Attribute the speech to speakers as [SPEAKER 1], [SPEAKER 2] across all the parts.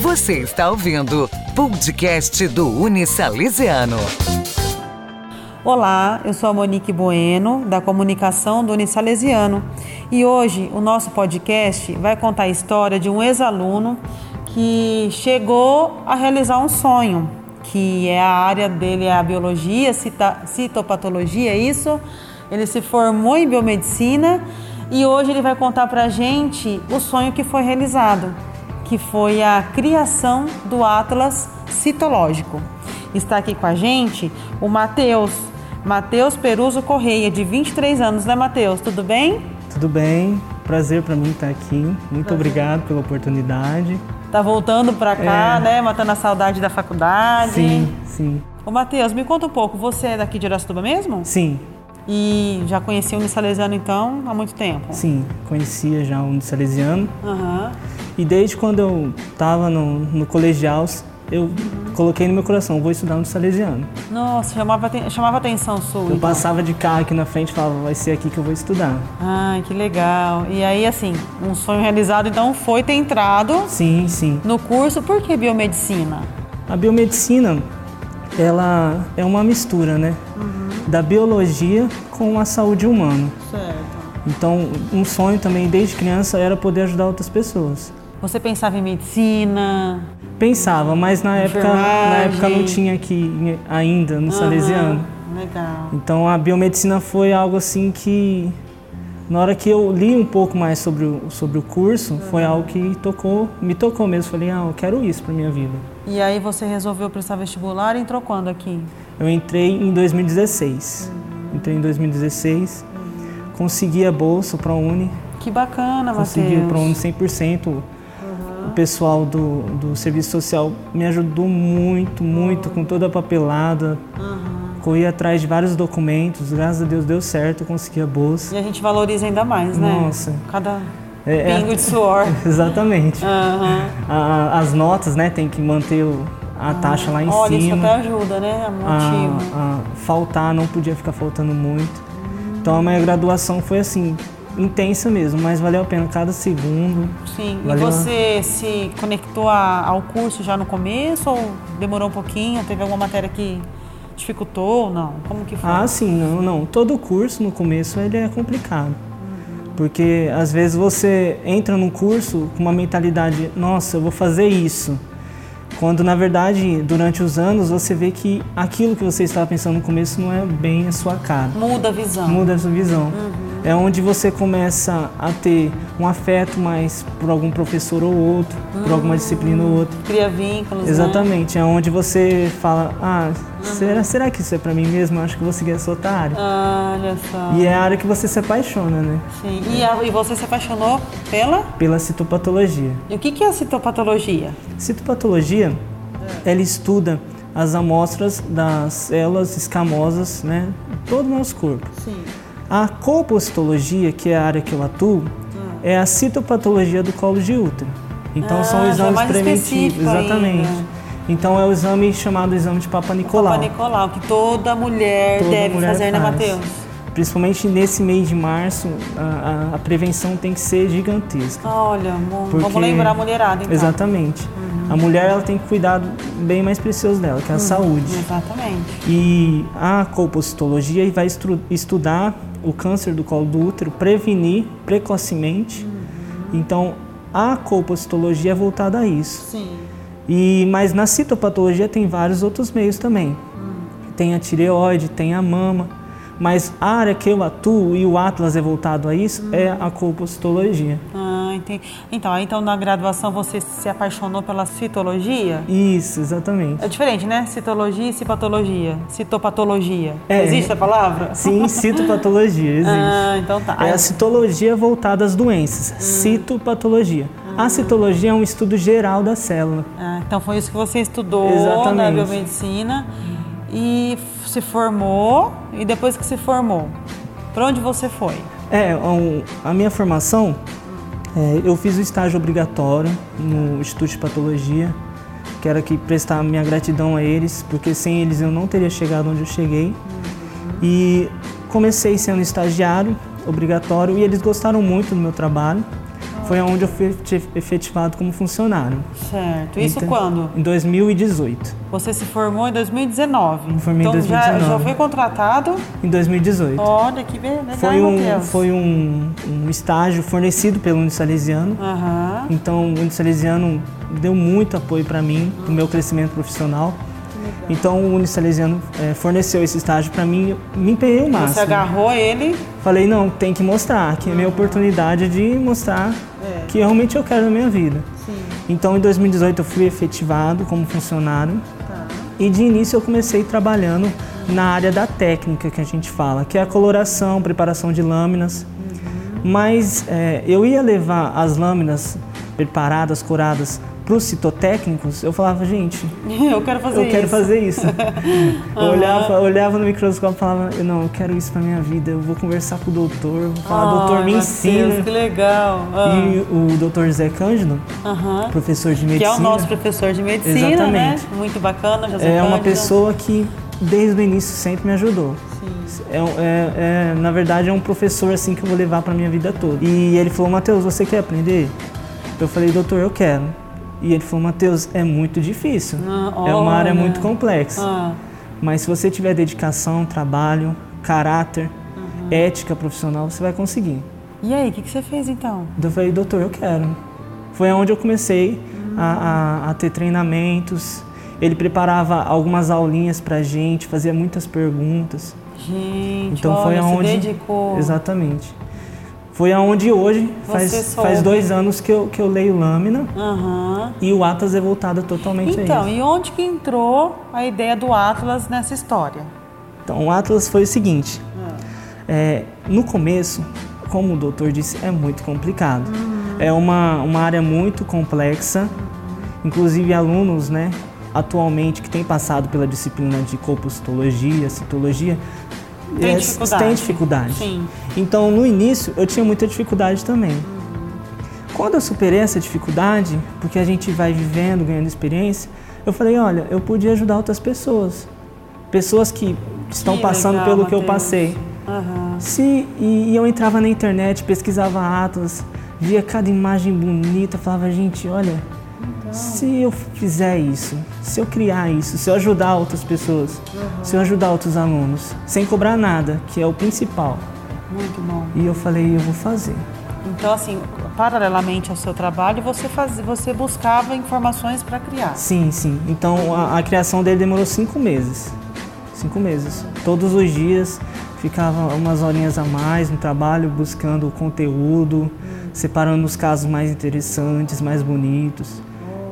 [SPEAKER 1] Você está ouvindo podcast do Unisalesiano.
[SPEAKER 2] Olá, eu sou a Monique Bueno, da comunicação do Unisalesiano. E hoje o nosso podcast vai contar a história de um ex-aluno que chegou a realizar um sonho, que é a área dele é a biologia, cita, citopatologia, é isso. Ele se formou em biomedicina e hoje ele vai contar pra gente o sonho que foi realizado, que foi a criação do Atlas Citológico. Está aqui com a gente o Matheus, Matheus Peruso Correia, de 23 anos, né, Matheus? Tudo bem?
[SPEAKER 3] Tudo bem? Prazer para mim estar aqui. Muito obrigado pela oportunidade.
[SPEAKER 2] Tá voltando pra cá,
[SPEAKER 3] É.
[SPEAKER 2] né? Matando a saudade da faculdade.
[SPEAKER 3] Sim, sim.
[SPEAKER 2] Ô, Matheus, me conta um pouco, você é daqui de Iracituba mesmo?
[SPEAKER 3] Sim,
[SPEAKER 2] E já conhecia o Unisalesiano, então, há muito tempo?
[SPEAKER 3] sim. Conhecia já um salesiano.
[SPEAKER 2] Aham.
[SPEAKER 3] E desde quando eu estava no, no colegial, eu coloquei no meu coração, vou estudar no salesiano.
[SPEAKER 2] Nossa, chamava, aten- chamava atenção sua.
[SPEAKER 3] Eu
[SPEAKER 2] então.
[SPEAKER 3] passava de carro aqui na frente e falava, vai ser aqui que eu vou estudar.
[SPEAKER 2] Ai, que legal. E aí, assim, um sonho realizado, então, foi ter entrado
[SPEAKER 3] Sim, sim.
[SPEAKER 2] no curso. Por que biomedicina?
[SPEAKER 3] A biomedicina, ela é uma mistura, né? Da biologia com a saúde humana.
[SPEAKER 2] Certo.
[SPEAKER 3] Então, um sonho também desde criança era poder ajudar outras pessoas.
[SPEAKER 2] Você pensava em medicina?
[SPEAKER 3] Pensava, mas na época, na
[SPEAKER 2] Enfermagem.
[SPEAKER 3] época não tinha aqui ainda no Salesiano.
[SPEAKER 2] Aham, Legal.
[SPEAKER 3] Então a biomedicina foi algo assim que na hora que eu li um pouco mais sobre o, sobre o curso, foi algo que tocou, me tocou mesmo. Falei, ah, eu quero isso para minha vida.
[SPEAKER 2] E aí, você resolveu prestar vestibular e entrou quando aqui?
[SPEAKER 3] Eu entrei em 2016. Entrei em 2016, consegui a bolsa para a Uni,
[SPEAKER 2] Que bacana,
[SPEAKER 3] consegui o
[SPEAKER 2] Matheus.
[SPEAKER 3] ProUni 100%. O pessoal do, do serviço social me ajudou muito, muito com toda a papelada. Corri atrás de vários documentos, graças a Deus deu certo, eu consegui a bolsa.
[SPEAKER 2] E a gente valoriza ainda mais, né?
[SPEAKER 3] Nossa.
[SPEAKER 2] Cada
[SPEAKER 3] É, é-
[SPEAKER 2] pingo de suor. É.
[SPEAKER 3] Exatamente.
[SPEAKER 2] Aham.
[SPEAKER 3] A- a- as notas, né, tem que manter o- a taxa lá em
[SPEAKER 2] Ah, Olha, isso
[SPEAKER 3] cima.
[SPEAKER 2] até ajuda, né? Motivo.
[SPEAKER 3] a, a faltar, não podia ficar faltando muito. Então a minha graduação foi assim, intensa mesmo, mas valeu a pena cada segundo.
[SPEAKER 2] Sim,
[SPEAKER 3] Ah, Valeu.
[SPEAKER 2] e você se conectou a- ao curso já no começo ou demorou um pouquinho? Teve alguma matéria que dificultou ou não? Como que foi?
[SPEAKER 3] Ah, sim, não, não. Todo curso no começo ele é complicado. Porque às vezes você entra num curso com uma mentalidade, nossa, eu vou fazer isso. Quando na verdade, durante os anos, você vê que aquilo que você estava pensando no começo não é bem a sua cara.
[SPEAKER 2] Muda a visão.
[SPEAKER 3] muda essa visão. É onde você começa a ter um afeto mais por algum professor ou outro, por alguma disciplina ou outra.
[SPEAKER 2] Cria vínculos, né?
[SPEAKER 3] Exatamente, é onde você fala, ah, será, será que isso é pra mim mesmo? Acho que vou seguir essa outra área.
[SPEAKER 2] Ah, Olha só.
[SPEAKER 3] E é a área que você se apaixona, né?
[SPEAKER 2] Sim. E, a- e você se apaixonou pela?
[SPEAKER 3] Pela citopatologia.
[SPEAKER 2] E o que, que é a citopatologia?
[SPEAKER 3] Citopatologia,
[SPEAKER 2] É.
[SPEAKER 3] ela estuda as amostras das células escamosas, né? Todo o nosso corpo.
[SPEAKER 2] Sim.
[SPEAKER 3] A colpositologia, que é a área que eu atuo, é a citopatologia do colo de útero. Então
[SPEAKER 2] Ah,
[SPEAKER 3] são
[SPEAKER 2] já é
[SPEAKER 3] exames
[SPEAKER 2] mais
[SPEAKER 3] preventivos,
[SPEAKER 2] específico
[SPEAKER 3] exatamente.
[SPEAKER 2] ainda.
[SPEAKER 3] Então é o exame chamado exame de Papa Nicolau.
[SPEAKER 2] Papa Nicolau, que toda mulher
[SPEAKER 3] Toda
[SPEAKER 2] deve
[SPEAKER 3] mulher
[SPEAKER 2] fazer, né,
[SPEAKER 3] faz.
[SPEAKER 2] Matheus?
[SPEAKER 3] Principalmente nesse mês de março, a, a- a prevenção tem que ser gigantesca.
[SPEAKER 2] Olha, amor, vamos
[SPEAKER 3] Porque-
[SPEAKER 2] lembrar a mulherada, então.
[SPEAKER 3] Exatamente. A mulher ela tem que cuidar do bem mais precioso dela, que é a saúde.
[SPEAKER 2] Exatamente.
[SPEAKER 3] E a colpositologia vai estru- estudar o câncer do colo do útero, prevenir precocemente. Então, a colpositologia é voltada a isso.
[SPEAKER 2] Sim.
[SPEAKER 3] E mas na citopatologia tem vários outros meios também. Tem a tireoide, tem a mama, mas a área que eu atuo e o Atlas é voltado a isso é a colpositologia.
[SPEAKER 2] Ah, entendi. Então, aí, então na graduação você se apaixonou pela citologia?
[SPEAKER 3] Isso, exatamente.
[SPEAKER 2] É diferente, né? Citologia e citopatologia. Citopatologia.
[SPEAKER 3] É.
[SPEAKER 2] Existe a palavra?
[SPEAKER 3] Sim, citopatologia existe.
[SPEAKER 2] Ah, então tá.
[SPEAKER 3] É a citologia voltada às doenças, citopatologia. A citologia é um estudo geral da célula.
[SPEAKER 2] Ah, então foi isso que você estudou na
[SPEAKER 3] Exatamente.
[SPEAKER 2] biomedicina e f- se formou. E depois que se formou, pra onde você foi?
[SPEAKER 3] É, um- a minha formação, é, eu fiz o estágio obrigatório no Instituto de Patologia. Quero aqui prestar minha gratidão a eles, porque sem eles eu não teria chegado onde eu cheguei. E comecei sendo estagiário obrigatório e eles gostaram muito do meu trabalho. foi onde eu fui efetivado como funcionário.
[SPEAKER 2] Certo. Isso
[SPEAKER 3] Então,
[SPEAKER 2] quando?
[SPEAKER 3] Em 2018.
[SPEAKER 2] Você se formou em 2019. Me
[SPEAKER 3] formei em
[SPEAKER 2] então já- Já,
[SPEAKER 3] 2019.
[SPEAKER 2] foi contratado.
[SPEAKER 3] Em 2018.
[SPEAKER 2] Olha que be- legal,
[SPEAKER 3] foi um,
[SPEAKER 2] Matheus.
[SPEAKER 3] foi um, um estágio fornecido pelo Unisalesiano.
[SPEAKER 2] Aham,
[SPEAKER 3] Então, o Unisalesiano deu muito apoio para mim, pro meu crescimento profissional. Então, o Unisalesiano eh, forneceu esse estágio para mim, eu me empenhei o
[SPEAKER 2] Você
[SPEAKER 3] máximo.
[SPEAKER 2] agarrou ele.
[SPEAKER 3] Falei, não, tem que mostrar, que é minha oportunidade de mostrar
[SPEAKER 2] É.
[SPEAKER 3] que realmente eu quero na minha vida.
[SPEAKER 2] Sim.
[SPEAKER 3] Então, em 2018, eu fui efetivado como funcionário.
[SPEAKER 2] Tá.
[SPEAKER 3] E de início, eu comecei trabalhando na área da técnica que a gente fala, que é a coloração, preparação de lâminas.
[SPEAKER 2] Uhum.
[SPEAKER 3] Mas é, eu ia levar as lâminas preparadas, curadas, para os citotécnicos. Eu falava, gente,
[SPEAKER 2] Eu quero fazer
[SPEAKER 3] eu quero
[SPEAKER 2] isso.
[SPEAKER 3] fazer isso. eu olhava, olhava no microscópio e falava, "Eu não, eu quero isso para minha vida. Eu vou conversar com o doutor, vou falar, Ah, doutor, me
[SPEAKER 2] Ai, Matheus,
[SPEAKER 3] ensina.
[SPEAKER 2] Ah, Que legal. Ah,
[SPEAKER 3] E o doutor Zé Cândido,
[SPEAKER 2] aham.
[SPEAKER 3] professor de medicina,
[SPEAKER 2] Que é o nosso professor de medicina,
[SPEAKER 3] Exatamente.
[SPEAKER 2] né? Muito bacana, José
[SPEAKER 3] é uma
[SPEAKER 2] Cândido.
[SPEAKER 3] pessoa que desde o início sempre me ajudou. É, um- é- é- na verdade é um professor assim que eu vou levar para minha vida toda. E ele falou, Matheus, você quer aprender? Eu falei, doutor, eu quero. E ele falou, Matheus, é muito difícil.
[SPEAKER 2] Ah,
[SPEAKER 3] é uma área
[SPEAKER 2] olha.
[SPEAKER 3] muito complexa.
[SPEAKER 2] Ah,
[SPEAKER 3] Mas se você tiver dedicação, trabalho, caráter, ética profissional, você vai conseguir.
[SPEAKER 2] E aí, o que, que você fez então?
[SPEAKER 3] Então eu falei, doutor, eu quero. Foi onde eu comecei a, a- a ter treinamentos. Ele preparava algumas aulinhas pra gente, fazia muitas perguntas.
[SPEAKER 2] Gente,
[SPEAKER 3] Então
[SPEAKER 2] olha,
[SPEAKER 3] foi
[SPEAKER 2] se
[SPEAKER 3] aonde.
[SPEAKER 2] dedicou.
[SPEAKER 3] Exatamente. Foi aonde hoje, faz,
[SPEAKER 2] soube.
[SPEAKER 3] faz dois anos que eu, que eu leio lâmina
[SPEAKER 2] Aham.
[SPEAKER 3] e o Atas é voltado totalmente a é isso.
[SPEAKER 2] Então, e onde que entrou a ideia do Atlas nessa história?
[SPEAKER 3] Então, o Atlas foi o seguinte:
[SPEAKER 2] Ah.
[SPEAKER 3] É, no começo, como o doutor disse, é muito complicado.
[SPEAKER 2] Uhum.
[SPEAKER 3] É uma, uma área muito complexa, inclusive alunos, né? Atualmente que têm passado pela disciplina de colpostologia, citologia,
[SPEAKER 2] Tem
[SPEAKER 3] é,
[SPEAKER 2] dificuldade.
[SPEAKER 3] têm dificuldade.
[SPEAKER 2] Sim.
[SPEAKER 3] Então, no início, eu tinha muita dificuldade também. Quando eu superei essa dificuldade, porque a gente vai vivendo, ganhando experiência, eu falei, olha, eu podia ajudar outras pessoas. Pessoas que estão
[SPEAKER 2] Que
[SPEAKER 3] passando
[SPEAKER 2] legal,
[SPEAKER 3] pelo que eu
[SPEAKER 2] Matheus.
[SPEAKER 3] passei.
[SPEAKER 2] Aham.
[SPEAKER 3] Se, e, e eu entrava na internet, pesquisava Atlas, via cada imagem bonita, falava, gente, olha,
[SPEAKER 2] Então.
[SPEAKER 3] se eu fizer isso, se eu criar isso, se eu ajudar outras pessoas, se eu ajudar outros alunos, sem cobrar nada, que é o principal.
[SPEAKER 2] Muito bom.
[SPEAKER 3] E eu falei, eu vou fazer.
[SPEAKER 2] Então, assim, paralelamente ao seu trabalho, você, faz, você buscava informações para criar.
[SPEAKER 3] Sim, sim. Então a, a criação dele demorou cinco meses. Cinco meses. Todos os dias ficava umas horinhas a mais no trabalho, buscando conteúdo, separando os casos mais interessantes, mais bonitos,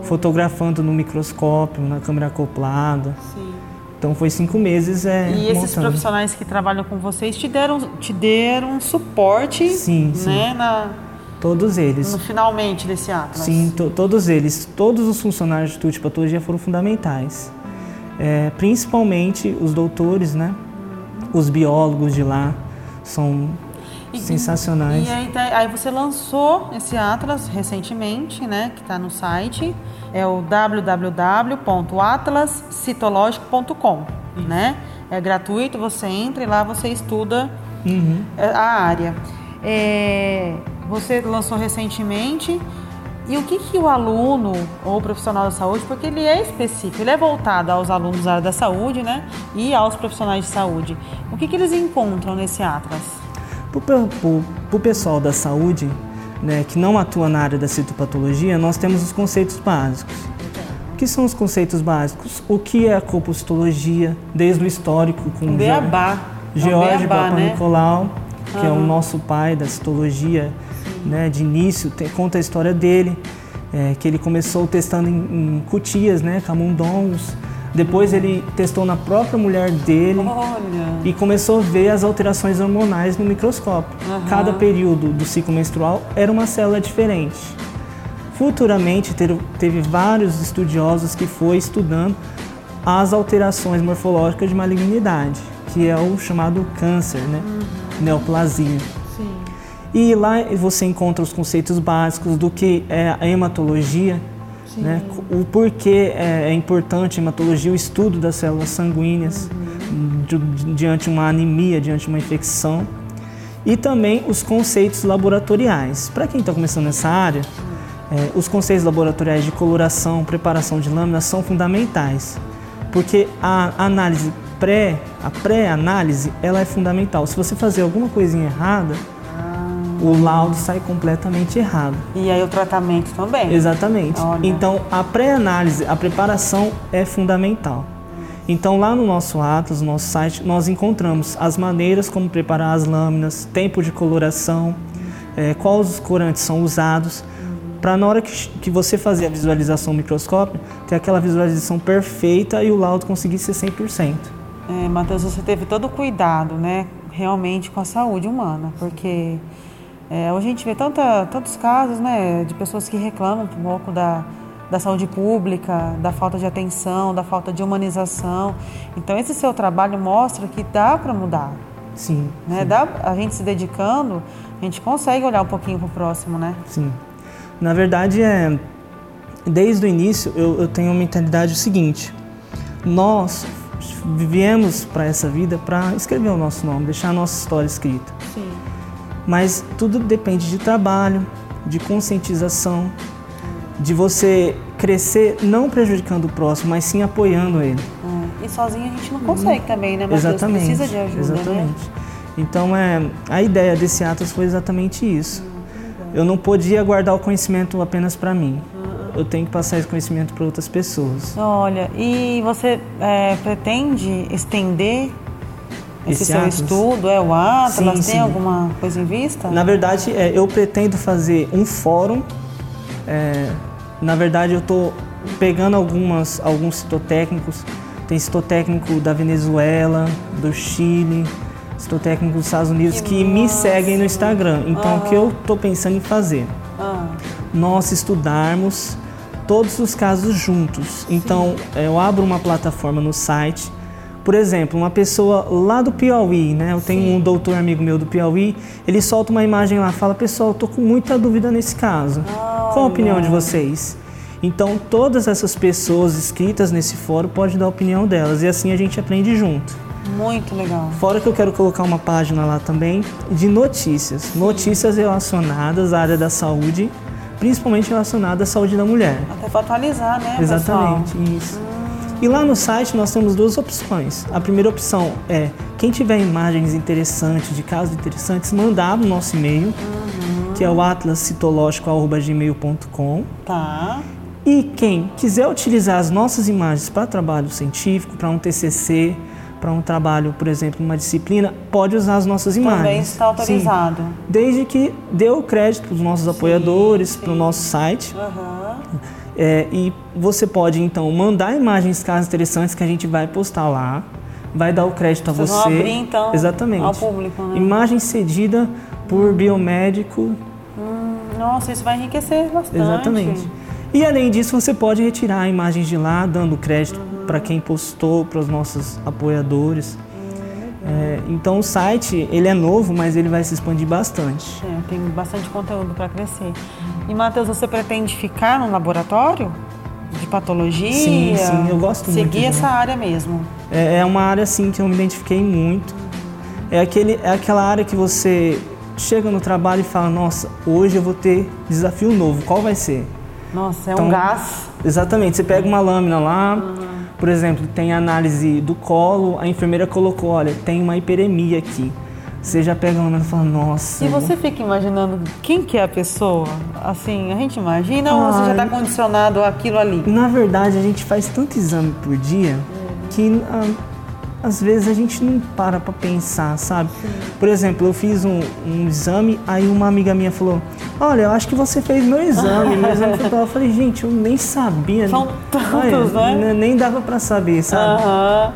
[SPEAKER 3] fotografando no microscópio, na câmera acoplada.
[SPEAKER 2] Sim.
[SPEAKER 3] Então foi cinco meses é,
[SPEAKER 2] E esses
[SPEAKER 3] montando.
[SPEAKER 2] profissionais que trabalham com vocês te deram, te deram suporte,
[SPEAKER 3] Sim,
[SPEAKER 2] né,
[SPEAKER 3] sim.
[SPEAKER 2] na-
[SPEAKER 3] Todos eles.
[SPEAKER 2] no finalmente desse Atlas.
[SPEAKER 3] Sim, to- todos eles, todos os funcionários do Instituto de Patologia foram fundamentais. É, principalmente os doutores, né? Os biólogos de lá são
[SPEAKER 2] E-
[SPEAKER 3] sensacionais.
[SPEAKER 2] E aí, tá- aí você lançou esse Atlas recentemente, né? Que está no site. É o www.atlascitológico.com, né? É gratuito, você entra e lá você estuda
[SPEAKER 3] Uhum.
[SPEAKER 2] é, a área. É, você lançou recentemente. E o que, que o aluno ou o profissional da saúde, porque ele é específico, ele é voltado aos alunos da área da saúde, né? E aos profissionais de saúde. O que, que eles encontram nesse Atlas?
[SPEAKER 3] Para o pessoal da saúde, né, que não atua na área da citopatologia, nós temos os conceitos básicos. O que são os conceitos básicos? O que é a copostologia, desde o histórico com
[SPEAKER 2] Um
[SPEAKER 3] o
[SPEAKER 2] beabá. É um
[SPEAKER 3] George
[SPEAKER 2] beabá,
[SPEAKER 3] Papa
[SPEAKER 2] né?
[SPEAKER 3] Nicolau, que é o nosso pai da citologia, né, de início, te- conta a história dele, é, que ele começou testando em, em cutias, né, camundongos. Depois ele testou na própria mulher dele
[SPEAKER 2] Olha.
[SPEAKER 3] e começou a ver as alterações hormonais no microscópio.
[SPEAKER 2] Aham.
[SPEAKER 3] Cada período do ciclo menstrual era uma célula diferente. Futuramente ter- teve vários estudiosos que foi estudando as alterações morfológicas de malignidade, que é o chamado câncer, né? Neoplasia.
[SPEAKER 2] Sim.
[SPEAKER 3] E lá você encontra os conceitos básicos do que é a hematologia, né? o porquê é é importante a hematologia, o estudo das células sanguíneas di- di- diante de uma anemia, diante de uma infecção. E também os conceitos laboratoriais. Para quem está começando nessa área, é, os conceitos laboratoriais de coloração, preparação de lâminas são fundamentais, porque a análise pré, a pré-análise, ela é fundamental. Se você fazer alguma coisinha errada, o laudo sai completamente errado.
[SPEAKER 2] E aí o tratamento também.
[SPEAKER 3] Exatamente.
[SPEAKER 2] É. Olha.
[SPEAKER 3] Então, a pré-análise, a preparação é fundamental. Então, lá no nosso Atlas, no nosso site, nós encontramos as maneiras como preparar as lâminas, tempo de coloração, eh, quais os corantes são usados, para na hora que, que você fazer a visualização no microscópio, ter aquela visualização perfeita e o laudo conseguir ser 100%.
[SPEAKER 2] É, Matheus, você teve todo o cuidado, né? Realmente com a saúde humana, porque é, hoje a gente vê tanta, tantos casos, né? De pessoas que reclamam um pouco da, da saúde pública, da falta de atenção, da falta de humanização. Então, esse seu trabalho mostra que dá para mudar,
[SPEAKER 3] Sim.
[SPEAKER 2] né? Dá, a gente se dedicando, a gente consegue olhar um pouquinho pro próximo, né?
[SPEAKER 3] Sim. Na verdade, é, desde o início eu, eu tenho uma mentalidade o seguinte: nós viemos para essa vida para escrever o nosso nome, deixar a nossa história escrita.
[SPEAKER 2] Sim.
[SPEAKER 3] Mas tudo depende de trabalho, de conscientização, de você crescer não prejudicando o próximo, mas sim apoiando ele.
[SPEAKER 2] É, E sozinho a gente não consegue também, né? Matheus?
[SPEAKER 3] Uhum. exatamente.
[SPEAKER 2] precisa de ajuda, né?
[SPEAKER 3] Exatamente. Então, é, a ideia desse Atlas foi exatamente isso. Eu não podia guardar o conhecimento apenas para mim. Eu tenho que passar esse conhecimento para outras pessoas.
[SPEAKER 2] Olha, e você é, pretende estender esse,
[SPEAKER 3] Esse
[SPEAKER 2] seu
[SPEAKER 3] Atlas?
[SPEAKER 2] estudo? É o Atlas?
[SPEAKER 3] Sim,
[SPEAKER 2] tem
[SPEAKER 3] sim.
[SPEAKER 2] alguma coisa em vista?
[SPEAKER 3] Na verdade, é, eu pretendo fazer um fórum. é, na verdade, eu estou pegando algumas, alguns citotécnicos. Tem citotécnico da Venezuela, do Chile, citotécnico dos Estados Unidos que, me seguem no Instagram. Então, o que eu estou pensando em fazer?
[SPEAKER 2] Ah,
[SPEAKER 3] nós estudarmos todos os casos juntos. Então, eu abro uma plataforma no site. Por exemplo, uma pessoa lá do Piauí, né? Eu tenho um doutor amigo meu do Piauí, ele solta uma imagem lá, fala: "Pessoal, eu tô com muita dúvida nesse caso. Qual a opinião de vocês?" Então, todas essas pessoas escritas nesse fórum podem dar a opinião delas e assim a gente aprende junto.
[SPEAKER 2] muito legal.
[SPEAKER 3] Fora que eu quero colocar uma página lá também de notícias. Notícias relacionadas à área da saúde, principalmente relacionada à saúde da mulher.
[SPEAKER 2] Até para atualizar, né?
[SPEAKER 3] Exatamente,
[SPEAKER 2] pessoal?
[SPEAKER 3] isso. E lá no site nós temos duas opções. A primeira opção é quem tiver imagens interessantes, de casos interessantes, mandar no nosso e-mail, que é o atlascitológico.gmail.com.
[SPEAKER 2] Tá.
[SPEAKER 3] E quem quiser utilizar as nossas imagens para trabalho científico, para um TCC, para um trabalho, por exemplo, numa disciplina, pode usar as nossas imagens.
[SPEAKER 2] Também está autorizado.
[SPEAKER 3] Sim. Desde que dê o crédito para os nossos apoiadores, para o nosso site.
[SPEAKER 2] Aham.
[SPEAKER 3] É, e você pode, então, mandar imagens, casos interessantes que a gente vai postar lá. Vai dar o crédito a
[SPEAKER 2] Vocês
[SPEAKER 3] você.
[SPEAKER 2] vão abrir, então,
[SPEAKER 3] Exatamente.
[SPEAKER 2] ao público, né?
[SPEAKER 3] Imagem cedida por biomédico
[SPEAKER 2] Hum, Nossa, isso vai enriquecer bastante.
[SPEAKER 3] Exatamente. E além disso, você pode retirar imagens de lá, dando crédito para quem postou, para os nossos apoiadores. É, então o site ele é novo, mas ele vai se expandir bastante.
[SPEAKER 2] É, tem bastante conteúdo para crescer. E, Matheus, você pretende ficar no laboratório de patologia?
[SPEAKER 3] Sim, sim, eu gosto muito
[SPEAKER 2] Seguir
[SPEAKER 3] de-
[SPEAKER 2] essa área mesmo.
[SPEAKER 3] É, é uma área assim que eu me identifiquei muito. É, aquele, é aquela área que você chega no trabalho e fala, nossa, hoje eu vou ter desafio novo, qual vai ser?
[SPEAKER 2] Nossa, é um
[SPEAKER 3] Então-
[SPEAKER 2] gás.
[SPEAKER 3] Exatamente, você pega uma lâmina lá, por exemplo, tem análise do colo, a enfermeira colocou, olha, tem uma hiperemia aqui. Você já pega a lâmina e fala, nossa.
[SPEAKER 2] E você fica imaginando quem que é a pessoa? Assim, a gente imagina ou você já está
[SPEAKER 3] Ai.
[SPEAKER 2] condicionado àquilo ali?
[SPEAKER 3] Na verdade, a gente faz tanto exame por
[SPEAKER 2] É.
[SPEAKER 3] dia que ah, às vezes a gente não para pra pensar, sabe? Por exemplo, eu fiz um, um exame, aí uma amiga minha falou, olha, eu acho que você fez meu exame, meu exame foi pra lá. Eu falei, gente, eu nem sabia.
[SPEAKER 2] São tantos,
[SPEAKER 3] Olha,
[SPEAKER 2] né?
[SPEAKER 3] Nem dava pra saber, sabe?
[SPEAKER 2] Aham.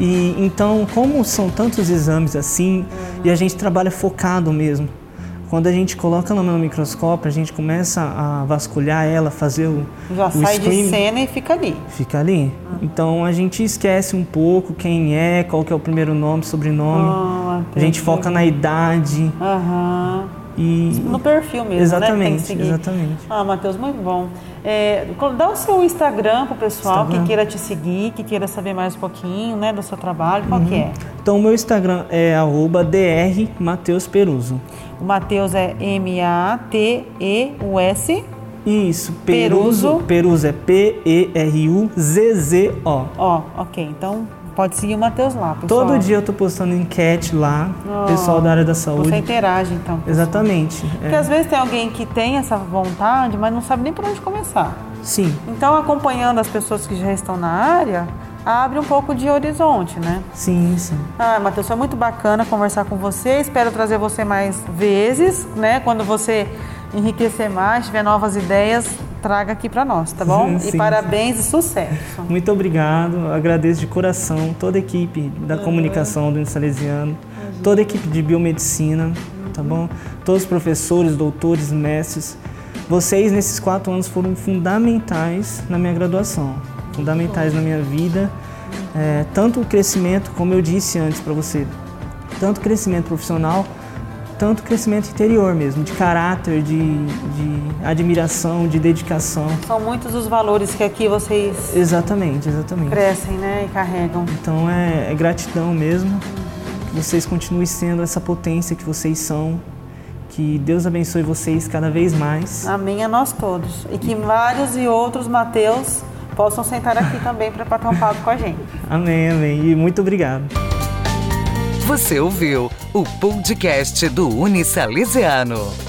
[SPEAKER 3] E então, como são tantos exames assim, e a gente trabalha focado mesmo. Quando a gente coloca ela no microscópio, a gente começa a vasculhar ela, fazer o,
[SPEAKER 2] Já
[SPEAKER 3] o
[SPEAKER 2] sai de
[SPEAKER 3] screening,
[SPEAKER 2] cena Ah. e fica ali.
[SPEAKER 3] fica ali. Então a gente esquece um pouco quem é, qual que é o primeiro nome, sobrenome.
[SPEAKER 2] Ah,
[SPEAKER 3] a gente foca na idade.
[SPEAKER 2] Aham.
[SPEAKER 3] E
[SPEAKER 2] No perfil mesmo, né? que tem que
[SPEAKER 3] Exatamente,
[SPEAKER 2] seguir.
[SPEAKER 3] exatamente.
[SPEAKER 2] Ah, Matheus, muito bom. É, co- dá o seu Instagram pro pessoal
[SPEAKER 3] Instagram.
[SPEAKER 2] que queira te seguir, que queira saber mais um pouquinho, né, do seu trabalho, qual que é?
[SPEAKER 3] Então, meu Instagram é arroba drmateusperuso.
[SPEAKER 2] O Matheus é M-A-T-E-U-S.
[SPEAKER 3] Isso,
[SPEAKER 2] Peruso.
[SPEAKER 3] Peruso. Peruso é P-E-R-U-Z-Z-O.
[SPEAKER 2] Ó, ok. Então pode seguir o Matheus lá, pessoal.
[SPEAKER 3] Todo dia eu tô postando enquete lá, pessoal da área da saúde.
[SPEAKER 2] Você interage, então.
[SPEAKER 3] Exatamente. é.
[SPEAKER 2] Porque às vezes tem alguém que tem essa vontade, mas não sabe nem por onde começar.
[SPEAKER 3] Sim,
[SPEAKER 2] Então, acompanhando as pessoas que já estão na área, abre um pouco de horizonte, né?
[SPEAKER 3] sim, sim.
[SPEAKER 2] Ah, Matheus, foi muito bacana conversar com você. Espero trazer você mais vezes, né? Quando você enriquecer mais, tiver novas ideias, traga aqui para nós, tá bom? e
[SPEAKER 3] Sim.
[SPEAKER 2] parabéns e sucesso.
[SPEAKER 3] Muito obrigado, agradeço de coração toda a equipe da comunicação do Insalesiano, toda a equipe de biomedicina, tá bom? Todos os professores, doutores, mestres. Vocês, nesses quatro anos, foram fundamentais na minha graduação, fundamentais na minha vida. É, tanto o crescimento, como eu disse antes para você, tanto crescimento profissional, tanto crescimento interior mesmo, de caráter, de, de admiração, de dedicação.
[SPEAKER 2] São muitos os valores que aqui vocês
[SPEAKER 3] Exatamente, exatamente.
[SPEAKER 2] crescem, né? E carregam.
[SPEAKER 3] Então é, é gratidão mesmo. Que vocês continuem sendo essa potência que vocês são. Que Deus abençoe vocês cada vez mais.
[SPEAKER 2] Amém a nós todos. E que vários e outros Mateus possam sentar aqui também para bater um papo com a gente.
[SPEAKER 3] Amém, amém. E muito obrigado.
[SPEAKER 1] Você ouviu o podcast do Unisalesiano.